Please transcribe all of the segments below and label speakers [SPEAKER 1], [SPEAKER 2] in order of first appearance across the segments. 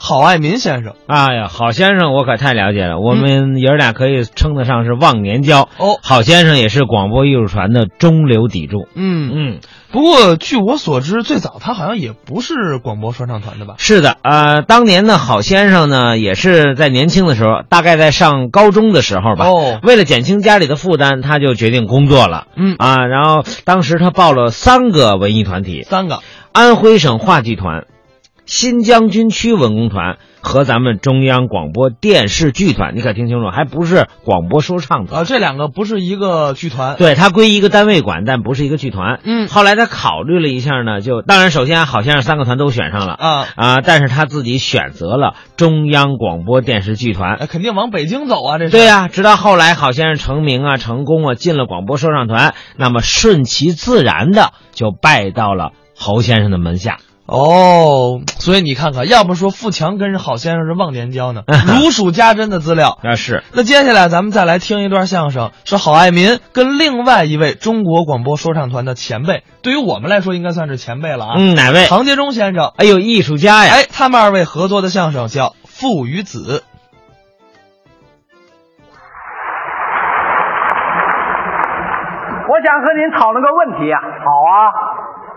[SPEAKER 1] 郝爱民先生。
[SPEAKER 2] 哎呀，郝先生我可太了解了，我们爷儿俩可以称得上是忘年交。
[SPEAKER 1] 哦
[SPEAKER 2] 郝先生也是广播艺术传的中流砥柱。
[SPEAKER 1] 嗯嗯。
[SPEAKER 2] 嗯，
[SPEAKER 1] 不过据我所知，最早他好像也不是广播说唱团的吧？
[SPEAKER 2] 是的，呃，当年呢，郝先生呢也是在年轻的时候，大概在上高中的时候吧，
[SPEAKER 1] 哦
[SPEAKER 2] 为了减轻家里的负担，他就决定工作了。
[SPEAKER 1] 嗯
[SPEAKER 2] 啊，然后当时他报了三个文艺团体：
[SPEAKER 1] 三个。
[SPEAKER 2] 安徽省话剧团、新疆军区文工团和咱们中央广播电视剧团。你可听清楚，还不是广播说唱团。
[SPEAKER 1] 呃，这两个不是一个剧团。啊
[SPEAKER 2] 对，它归一个单位管，但不是一个剧团。
[SPEAKER 1] 嗯
[SPEAKER 2] 后来他考虑了一下呢，就当然首先好像是三个团都选上了
[SPEAKER 1] 啊，
[SPEAKER 2] 啊，但是他自己选择了中央广播电视剧团。
[SPEAKER 1] 哎肯定往北京走啊，这是。
[SPEAKER 2] 对呀、直到后来郝先生成名啊、成功啊，进了广播说唱团，那么顺其自然的就拜到了侯先生的门下。
[SPEAKER 1] 哦，所以你看看，要不说富强跟郝先生是忘年 交呢，如数家珍的资料。
[SPEAKER 2] 那是
[SPEAKER 1] 那接下来咱们再来听一段相声，是郝爱民跟另外一位中国广播说唱团的前辈，对于我们来说应该算是前辈了啊。
[SPEAKER 2] 嗯，哪位？
[SPEAKER 1] 唐杰忠先生，
[SPEAKER 2] 哎呦，艺术家呀！
[SPEAKER 1] 哎，他们二位合作的相声叫《父与子》。
[SPEAKER 3] 我想和您讨论个问题啊。好啊，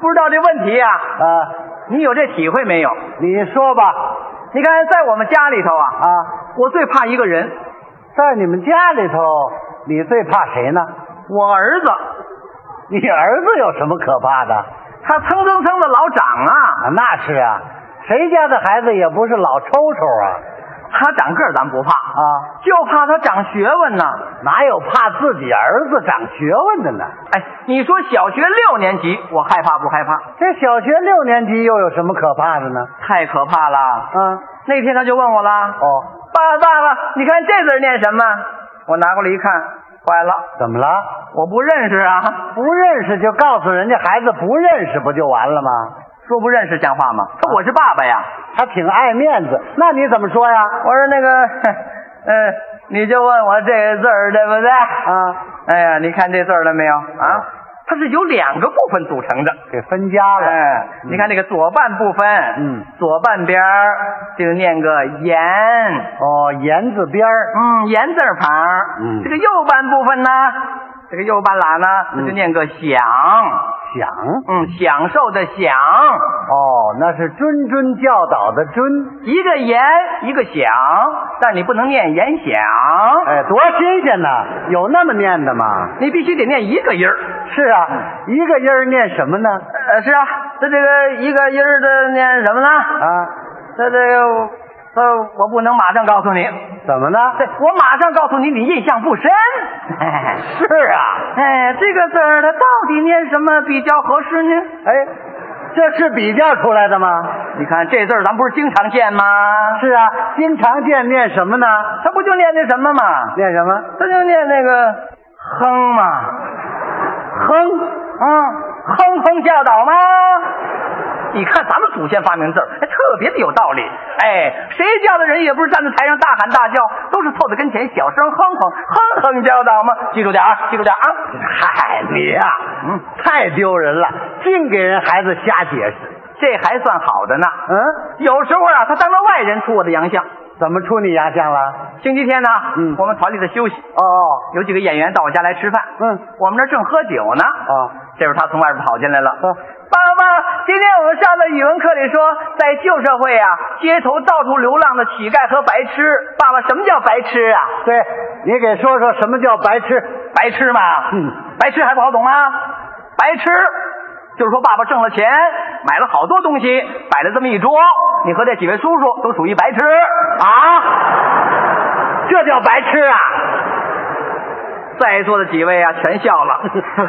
[SPEAKER 3] 不知道这问题啊，呃，你有这体会没有？你说吧。你看，在我们家里头啊啊，我最怕一个人。在你们家里头，你最怕谁呢？我儿子。你儿子有什么可怕的？他蹭蹭蹭的老长啊。那是啊，谁家的孩子也不是老抽抽啊。他长个儿咱不怕啊，就怕他长学问呢。哪有怕自己儿子长学问的呢？哎，你说小学六年级，我害怕不害怕？这小学六年级又有什么可怕的呢？太可怕了。嗯，那天他就问我了。哦，爸爸爸爸，你看这字儿念什么？我拿过来一看，坏了，怎么了？我不认识啊，不认识就告诉人家孩子不认识不就完了吗？说不认识像话吗？可我是爸爸呀，他挺爱面子。那你怎么说呀？我说那个，呃，你就问我这个字儿对不对？啊，哎呀，你看这字儿了没有啊？它是由两个部分组成的，给分家了。哎，你看这个左半部分，嗯，左半边儿这个念个言，哦，言字边儿，嗯，言字旁，嗯，这个右半部分呢，这个右半拉呢，它就念个享，享，嗯，享受的享，哦，那是谆谆教导的谆，一个言一个享，但是你不能念言享，哎，多新鲜呐，有那么念的吗？你必须得念一个音儿。是啊，一个音儿念什么呢？呃，是啊，它这个一个音儿的念什么呢？啊，它这个。呃，我不能马上告诉你，怎么呢？对，我马上告诉你，你印象不深。是啊，哎，这个字儿它到底念什么比较合适呢？哎，这是比较出来的吗？你看这字儿，咱不是经常见吗？是啊，经常见念什么呢？它不就念那什么吗？念什么？它就念那个哼嘛，哼，嗯，哼哼教导吗？你看咱们祖先发明字儿，还特别的有道理。哎，谁教的人也不是站在台上大喊大叫，都是凑在跟前小声哼哼哼哼教导吗？记住点啊，记住点啊！嗨，你呀、嗯，太丢人了，净给人孩子瞎解释。这还算好的呢。嗯，有时候啊，他当着外人出我的洋相。怎么出你洋相了？星期天呢，嗯，我们团里在休息。哦，有几个演员到我家来吃饭。嗯，我们这正喝酒呢。哦，嗯这时候他从外边跑进来了。爸爸，今天我们上的语文课里说，在旧社会啊，街头到处流浪的乞丐和白痴。爸爸，什么叫白痴啊？对，你给说说什么叫白痴？白痴嘛，嗯，白痴还不好懂啊？白痴就是说，爸爸挣了钱，买了好多东西，摆了这么一桌，你和这几位叔叔都属于白痴啊？这叫白痴啊？在座的几位啊，全笑 了，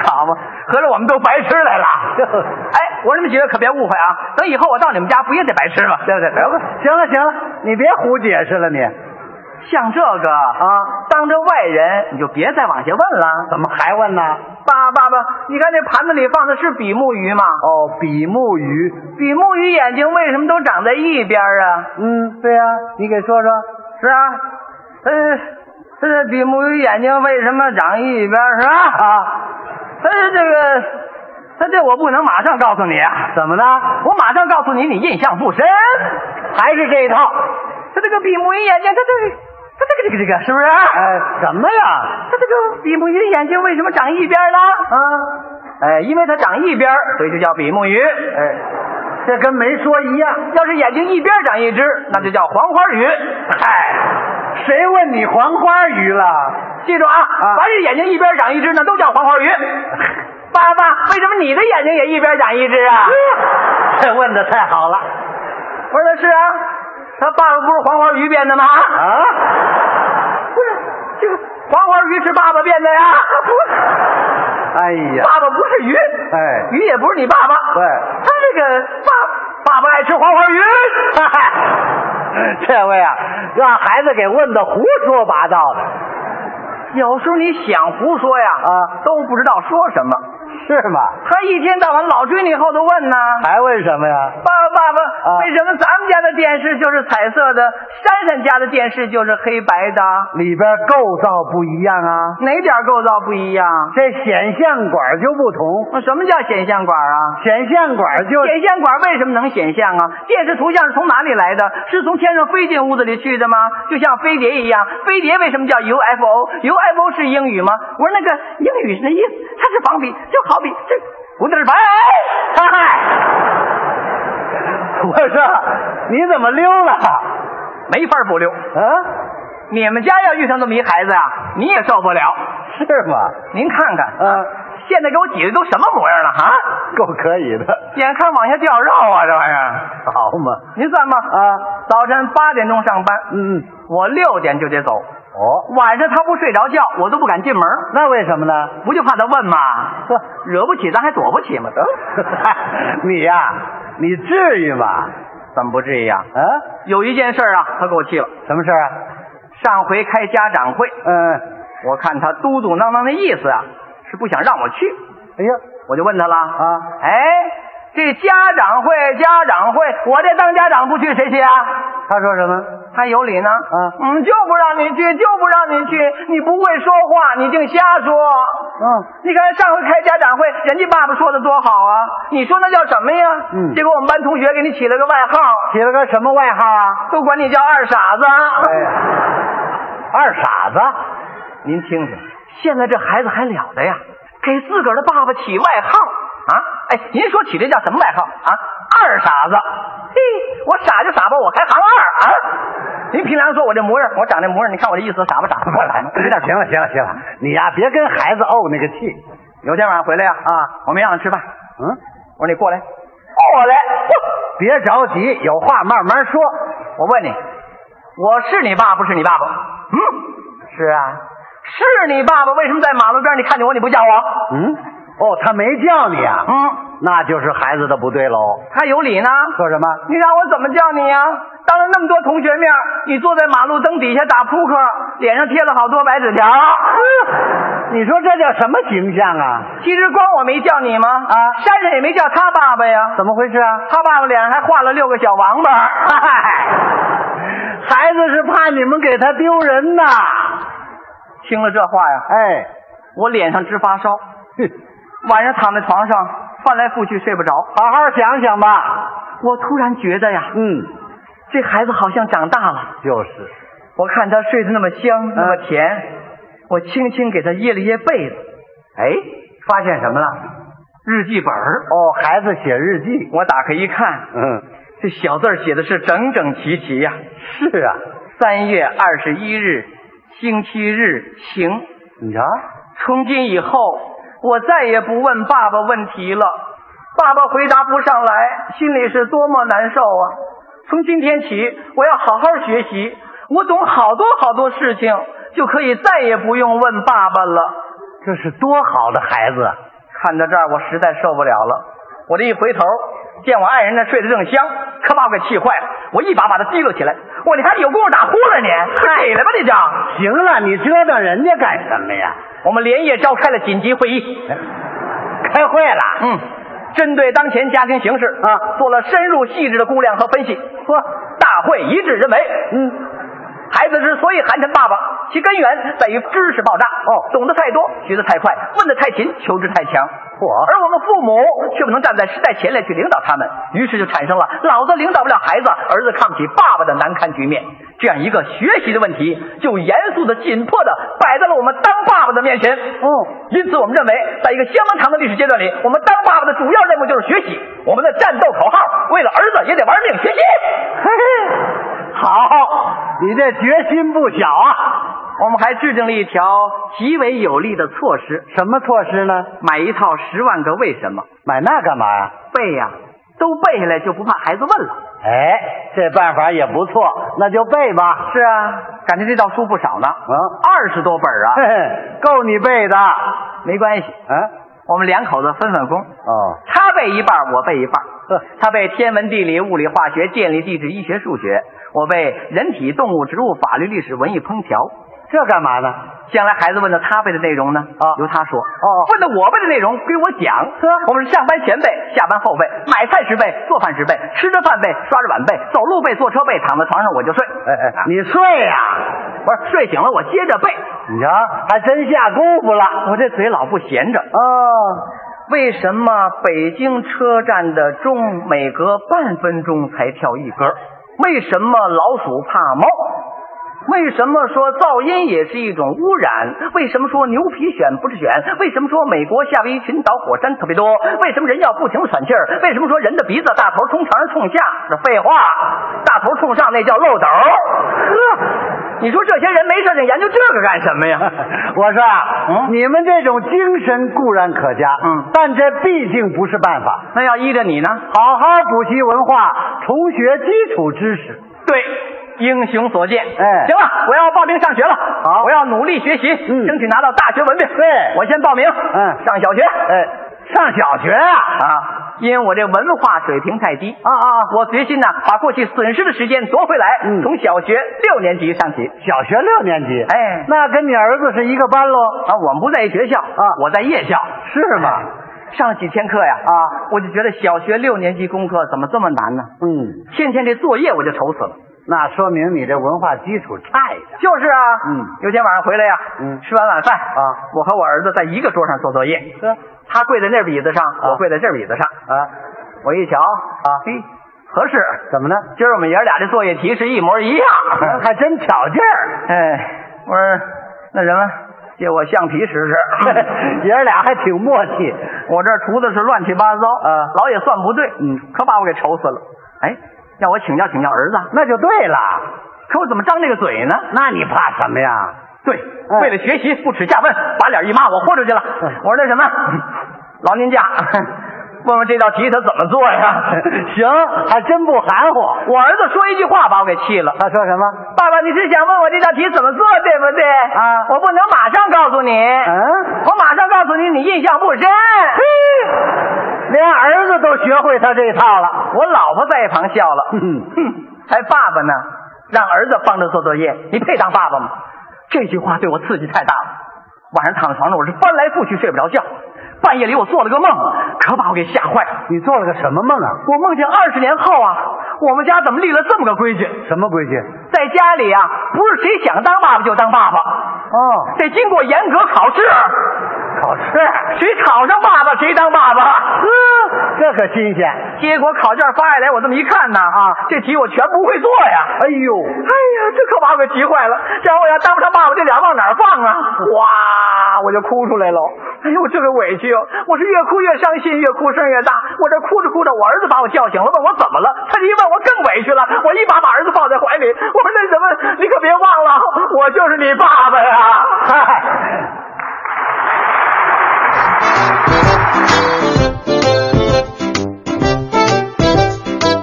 [SPEAKER 3] 好嘛，合着我们都白吃来 了。哎，我说你们几位可别误会啊，等以后我到你们家不也得白吃吗？对不对？行了行了，你别胡解释了你。像这个啊，当着外人你就别再往下问了。怎么还问呢？爸爸爸，你看这盘子里放的是比目鱼吗？哦，比目鱼，比目鱼眼睛为什么都长在一边啊？嗯，对呀、你给说说。是啊，呃，这个比目鱼眼睛为什么长一边是吧？啊，但是这个，但这我不能马上告诉你啊。怎么了？我马上告诉你，你印象不深，还是这一套。他这个比目鱼眼睛，他这个。他这个这个这个是不是？呃，什么呀？他这个比目鱼眼睛为什么长一边呢？啊，哎，因为它长一边，所以就叫比目鱼。哎，这跟没说一样。要是眼睛一边长一只，那就叫黄花鱼。哎嗨，谁问你黄花鱼了？记住啊，凡是眼睛一边长一只，那都叫黄 花鱼。爸爸，为什么你的眼睛也一边长一只啊？ 这问的太好了。我说是啊，他爸爸不是黄花鱼变的吗？啊，不是，这个 黄花鱼是爸爸变的呀。不是，哎呀，爸爸不是鱼，哎，鱼也不是你爸爸。对，他这个爸爸爸爱吃黄花鱼。这位啊，让孩子给问的胡说八道的。有时候你想胡说呀，啊，都不知道说什么，是吗？哎他一天到晚老追你后头问呢，还问什么呀？爸爸爸爸，为什么咱们家的电视就是彩色的，珊珊家的电视就是黑白的？里边构造不一样啊？哪点构造不一样？这显像管就不同。什么叫显像管啊？显像管就显像管为什么能显像啊？电视图像是从哪里来的？是从天上飞进屋子里去的吗？就像飞碟一样，飞碟为什么叫 UFO？UFO 是英语吗？我说那个英语是那意思，它是仿比，就好比这古德尔白。哎嗨，我说你怎么溜了？没法不溜啊！你们家要遇上这么一孩子呀、你也受不了，是吗？您看看，嗯、现在给我挤的都什么模样了啊？
[SPEAKER 4] 够可以的，
[SPEAKER 3] 眼看往下掉肉啊，这玩意儿！
[SPEAKER 4] 好嘛。
[SPEAKER 3] 您算吧，啊，早晨八点钟上班，
[SPEAKER 4] 嗯，
[SPEAKER 3] 我六点就得走。
[SPEAKER 4] 哦，
[SPEAKER 3] 晚上他不睡着觉，我都不敢进门，
[SPEAKER 4] 那为什么呢？
[SPEAKER 3] 不就怕他问吗？
[SPEAKER 4] 呵
[SPEAKER 3] 惹不起咱还躲不起吗？得了，
[SPEAKER 4] 你呀、你至于吗？
[SPEAKER 3] 怎么不至于呀、
[SPEAKER 4] 啊，
[SPEAKER 3] 有一件事儿啊，他给我气了。
[SPEAKER 4] 什么事儿啊？
[SPEAKER 3] 上回开家长会，
[SPEAKER 4] 嗯，
[SPEAKER 3] 我看他嘟嘟囔囔的意思啊，是不想让我去。
[SPEAKER 4] 哎呀，
[SPEAKER 3] 我就问他了
[SPEAKER 4] 啊
[SPEAKER 3] 哎，这家长会，家长会，我这当家长不去谁去啊？
[SPEAKER 4] 他说什么？
[SPEAKER 3] 还有理呢？
[SPEAKER 4] 啊
[SPEAKER 3] 嗯，就不让你去，就不让你去，你不会说话，你净瞎说。
[SPEAKER 4] 嗯，
[SPEAKER 3] 你看上回开家长会，人家爸爸说的多好啊，你说那叫什么呀？
[SPEAKER 4] 嗯
[SPEAKER 3] 结果我们班同学给你起了个外号，
[SPEAKER 4] 起了个什么外号啊？
[SPEAKER 3] 都管你叫二傻子。啊
[SPEAKER 4] 哎，二傻子，
[SPEAKER 3] 您听听，现在这孩子还了得呀，给自个儿的爸爸起外号啊！哎，您说起这叫什么外号啊？二傻子，嘿，我傻就傻吧，我还行二啊！您凭良心说我这模样，我长这模样，你看我这意思傻不傻？过来，
[SPEAKER 4] 行了行了行了行了，你呀、别跟孩子怄那个气。
[SPEAKER 3] 有天晚上回来呀、啊，我没让他吃饭，
[SPEAKER 4] 嗯，
[SPEAKER 3] 我说你过来，哦过来，
[SPEAKER 4] 别着急，有话慢慢说。
[SPEAKER 3] 我问你，我是你爸不是你爸爸？嗯，是啊，是你爸爸，为什么在马路边你看见我你不叫我？
[SPEAKER 4] 嗯，哦，他没叫你啊？
[SPEAKER 3] 嗯，
[SPEAKER 4] 那就是孩子的不对喽。
[SPEAKER 3] 他有理呢。
[SPEAKER 4] 说什么？
[SPEAKER 3] 你让我怎么叫你呀、啊当着那么多同学面，你坐在马路灯底下打扑克，脸上贴了好多白纸条。
[SPEAKER 4] 你说这叫什么形象啊？
[SPEAKER 3] 其实光我没叫你吗？啊，珊珊也没叫他爸爸呀。
[SPEAKER 4] 怎么回事啊？
[SPEAKER 3] 他爸爸脸上还画了六个小王八。嗨，
[SPEAKER 4] 孩子是怕你们给他丢人呐。
[SPEAKER 3] 听了这话呀，
[SPEAKER 4] 哎，
[SPEAKER 3] 我脸上直发烧，
[SPEAKER 4] 哼
[SPEAKER 3] 晚上躺在床上翻来覆去睡不着。
[SPEAKER 4] 好好想想吧。
[SPEAKER 3] 我突然觉得呀，
[SPEAKER 4] 嗯，
[SPEAKER 3] 这孩子好像长大了。
[SPEAKER 4] 就是。嗯
[SPEAKER 3] 我看他睡得那么香，那么甜，我轻轻给他掖了掖被子。哎，
[SPEAKER 4] 发现什么了？
[SPEAKER 3] 日记本儿，
[SPEAKER 4] 哦，孩子写日记。
[SPEAKER 3] 我打开一看，
[SPEAKER 4] 嗯，
[SPEAKER 3] 这小字儿写的是整整齐齐呀、
[SPEAKER 4] 是啊。
[SPEAKER 3] 三月二十一日，星期日晴。
[SPEAKER 4] 你瞧，
[SPEAKER 3] 从今以后，我再也不问爸爸问题了。爸爸回答不上来，心里是多么难受啊！从今天起，我要好好学习，我懂好多好多事情，就可以再也不用问爸爸了。
[SPEAKER 4] 这是多好的孩子啊。
[SPEAKER 3] 看到这儿，我实在受不了了。我这一回头，见我爱人那睡得正香，可把我给气坏了。我一把把他提溜起来，我说你还有功夫打呼了你？起来吧你这！
[SPEAKER 4] 行了，你折腾人家干什么呀？
[SPEAKER 3] 我们连夜召开了紧急会议，
[SPEAKER 4] 开会了。
[SPEAKER 3] 嗯，针对当前家庭形势
[SPEAKER 4] 啊
[SPEAKER 3] 做了深入细致的估量和分析。说大会一致认为，
[SPEAKER 4] 嗯，
[SPEAKER 3] 孩子之所以寒碜爸爸，其根源在于知识爆炸。哦，懂得太多，学得太快，问得太勤，求知太强。而我们父母却不能站在时代前列去领导他们，于是就产生了老子领导不了孩子，儿子看不起爸爸的难堪局面。这样一个学习的问题，就严肃的、紧迫的摆在了我们当爸爸的面前。嗯，因此我们认为，在一个相当长的历史阶段里，我们当爸爸的主要任务就是学习。我们的战斗口号，为了儿子也得玩命学习。
[SPEAKER 4] 好，你这决心不小啊！
[SPEAKER 3] 我们还制定了一条极为有力的措施，
[SPEAKER 4] 什么措施呢？
[SPEAKER 3] 买一套《十万个为什么》，
[SPEAKER 4] 买那干嘛呀、
[SPEAKER 3] 背呀、都背下来就不怕孩子问了。
[SPEAKER 4] 哎，这办法也不错，那就背吧。
[SPEAKER 3] 是啊，感觉这套书不少呢，
[SPEAKER 4] 嗯
[SPEAKER 3] 二十多本儿啊
[SPEAKER 4] 嘿，嘿，够你背的。
[SPEAKER 3] 没关系，
[SPEAKER 4] 啊，
[SPEAKER 3] 我们两口子分分工，
[SPEAKER 4] 哦，
[SPEAKER 3] 他背一半儿，我背一半儿
[SPEAKER 4] 呵。
[SPEAKER 3] 他背天文、地理、物理、化学、电力、地质、医学、数学，我背人体、动物、植物、法律、历史、文艺、烹调。
[SPEAKER 4] 这干嘛呢？
[SPEAKER 3] 将来孩子问到他背的内容呢，
[SPEAKER 4] 啊
[SPEAKER 3] 由他说；
[SPEAKER 4] 哦
[SPEAKER 3] 问到我背的内容归我讲。我们是上班前背，下班后背，买菜时背，做饭时背，吃着饭背，刷着碗背，走路背，坐车背，躺在床上我就睡。
[SPEAKER 4] 哎哎，你睡呀、
[SPEAKER 3] 不是睡醒了我接着背，
[SPEAKER 4] 你瞧，还真下功夫了。
[SPEAKER 3] 我这嘴老不闲着。
[SPEAKER 4] 哦，
[SPEAKER 3] 为什么北京车站的钟每隔半分钟才跳一根儿？为什么老鼠怕猫？为什么说噪音也是一种污染？为什么说牛皮癣不是癣？为什么说美国夏威夷群岛火山特别多？为什么人要不停的喘气儿？为什么说人的鼻子大头冲长冲下？这废话，大头冲上那叫漏 斗。呵，你说这些人没事儿就研究这个干什么呀？
[SPEAKER 4] 我说啊，
[SPEAKER 3] 嗯
[SPEAKER 4] 你们这种精神固然可嘉，
[SPEAKER 3] 嗯
[SPEAKER 4] 但这毕竟不是办法。
[SPEAKER 3] 那要依着你呢？
[SPEAKER 4] 好好补习文化，重学基础知识。
[SPEAKER 3] 对，英雄所见。
[SPEAKER 4] 哎
[SPEAKER 3] 行了，我要报名上学了。好，我要努力学习，
[SPEAKER 4] 嗯
[SPEAKER 3] 争取拿到大学文凭。
[SPEAKER 4] 对
[SPEAKER 3] 我先报名。
[SPEAKER 4] 嗯
[SPEAKER 3] 上小学。
[SPEAKER 4] 哎，上小学啊？
[SPEAKER 3] 啊，因为我这文化水平太低
[SPEAKER 4] 啊啊啊！
[SPEAKER 3] 我决心呢，把过去损失的时间夺回来，
[SPEAKER 4] 嗯
[SPEAKER 3] 从小学六年级上起。
[SPEAKER 4] 小学六年级？
[SPEAKER 3] 哎
[SPEAKER 4] 那跟你儿子是一个班喽？
[SPEAKER 3] 啊，我们不在一学校啊我在夜校。哎
[SPEAKER 4] 是吗？
[SPEAKER 3] 上了几天课呀？
[SPEAKER 4] 啊，
[SPEAKER 3] 我就觉得小学六年级功课怎么这么难呢？
[SPEAKER 4] 嗯，
[SPEAKER 3] 天天这作业我就愁死了。
[SPEAKER 4] 那说明你这文化基础差一点。
[SPEAKER 3] 就是啊，
[SPEAKER 4] 嗯
[SPEAKER 3] 有天晚上回来呀、
[SPEAKER 4] 嗯
[SPEAKER 3] 吃完晚饭
[SPEAKER 4] 啊
[SPEAKER 3] 我和我儿子在一个桌上做作业，
[SPEAKER 4] 呵
[SPEAKER 3] 他跪在那儿椅子上，
[SPEAKER 4] 啊
[SPEAKER 3] 我跪在这儿椅子上，
[SPEAKER 4] 啊，
[SPEAKER 3] 我一瞧啊嘿，合适，
[SPEAKER 4] 怎么呢？
[SPEAKER 3] 今儿我们爷儿俩这作业题是一模一样，
[SPEAKER 4] 还真巧劲儿，
[SPEAKER 3] 哎，我说那什么，借我橡皮试 试，
[SPEAKER 4] 爷儿俩还挺默契。
[SPEAKER 3] 我这厨子是乱七八糟，
[SPEAKER 4] 啊
[SPEAKER 3] 老也算不对，
[SPEAKER 4] 嗯，
[SPEAKER 3] 可把我给愁死了，哎，要我请教请教儿子，啊
[SPEAKER 4] 那就对了，
[SPEAKER 3] 可我怎么张这个嘴呢？
[SPEAKER 4] 那你怕什么呀？
[SPEAKER 3] 对，
[SPEAKER 4] 嗯
[SPEAKER 3] 为了学习不耻下问，把脸一抹我豁出去了。我说那什么， 劳您驾， 问问这道题他怎么做呀？
[SPEAKER 4] 行，还真不含糊。
[SPEAKER 3] 我儿子说一句话把我给气了。
[SPEAKER 4] 他说什么？
[SPEAKER 3] 爸爸，你是想问我这道题怎么做，对不对？
[SPEAKER 4] 啊
[SPEAKER 3] 我不能马上告诉你，
[SPEAKER 4] 嗯，
[SPEAKER 3] 我马上告诉你，你印象不深。
[SPEAKER 4] 连儿子都学会他这一套了。
[SPEAKER 3] 我老婆在一旁笑了，
[SPEAKER 4] 嗯
[SPEAKER 3] 哼，还爸爸呢，让儿子帮着做作业，你配当爸爸吗？这句话对我刺激太大了。晚上躺在床上，我是翻来覆去睡不着觉。半夜里我做了个梦，可把我给吓坏了。
[SPEAKER 4] 你做了个什么梦啊？
[SPEAKER 3] 我梦见二十年后啊，我们家怎么立了这么个规矩，
[SPEAKER 4] 什么规矩？
[SPEAKER 3] 在家里啊，不是谁想当爸爸就当爸爸，
[SPEAKER 4] 哦，
[SPEAKER 3] 得经过严格考试，
[SPEAKER 4] 考试。
[SPEAKER 3] 谁考上爸爸谁当爸爸。
[SPEAKER 4] 嗯，这可新鲜。
[SPEAKER 3] 结果考卷发下来，我这么一看呢，啊，这题我全不会做呀。
[SPEAKER 4] 哎呦，
[SPEAKER 3] 哎呀，这可把我给急坏了！这样我要当不上爸爸，这脸往哪儿放啊？哇，我就哭出来喽！哎呦，我这个委屈哦！我是越哭越伤心，越哭声越大。我这哭着哭着，我儿子把我叫醒了，问我怎么了。他这一问，我更委屈了。我一把把儿子抱在怀里，我说那什么，你可别忘了，我就是你爸爸呀！
[SPEAKER 4] 嗨，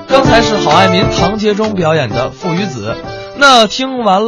[SPEAKER 1] 刚才是郝爱民、唐杰忠表演的《父与子》。那听完了。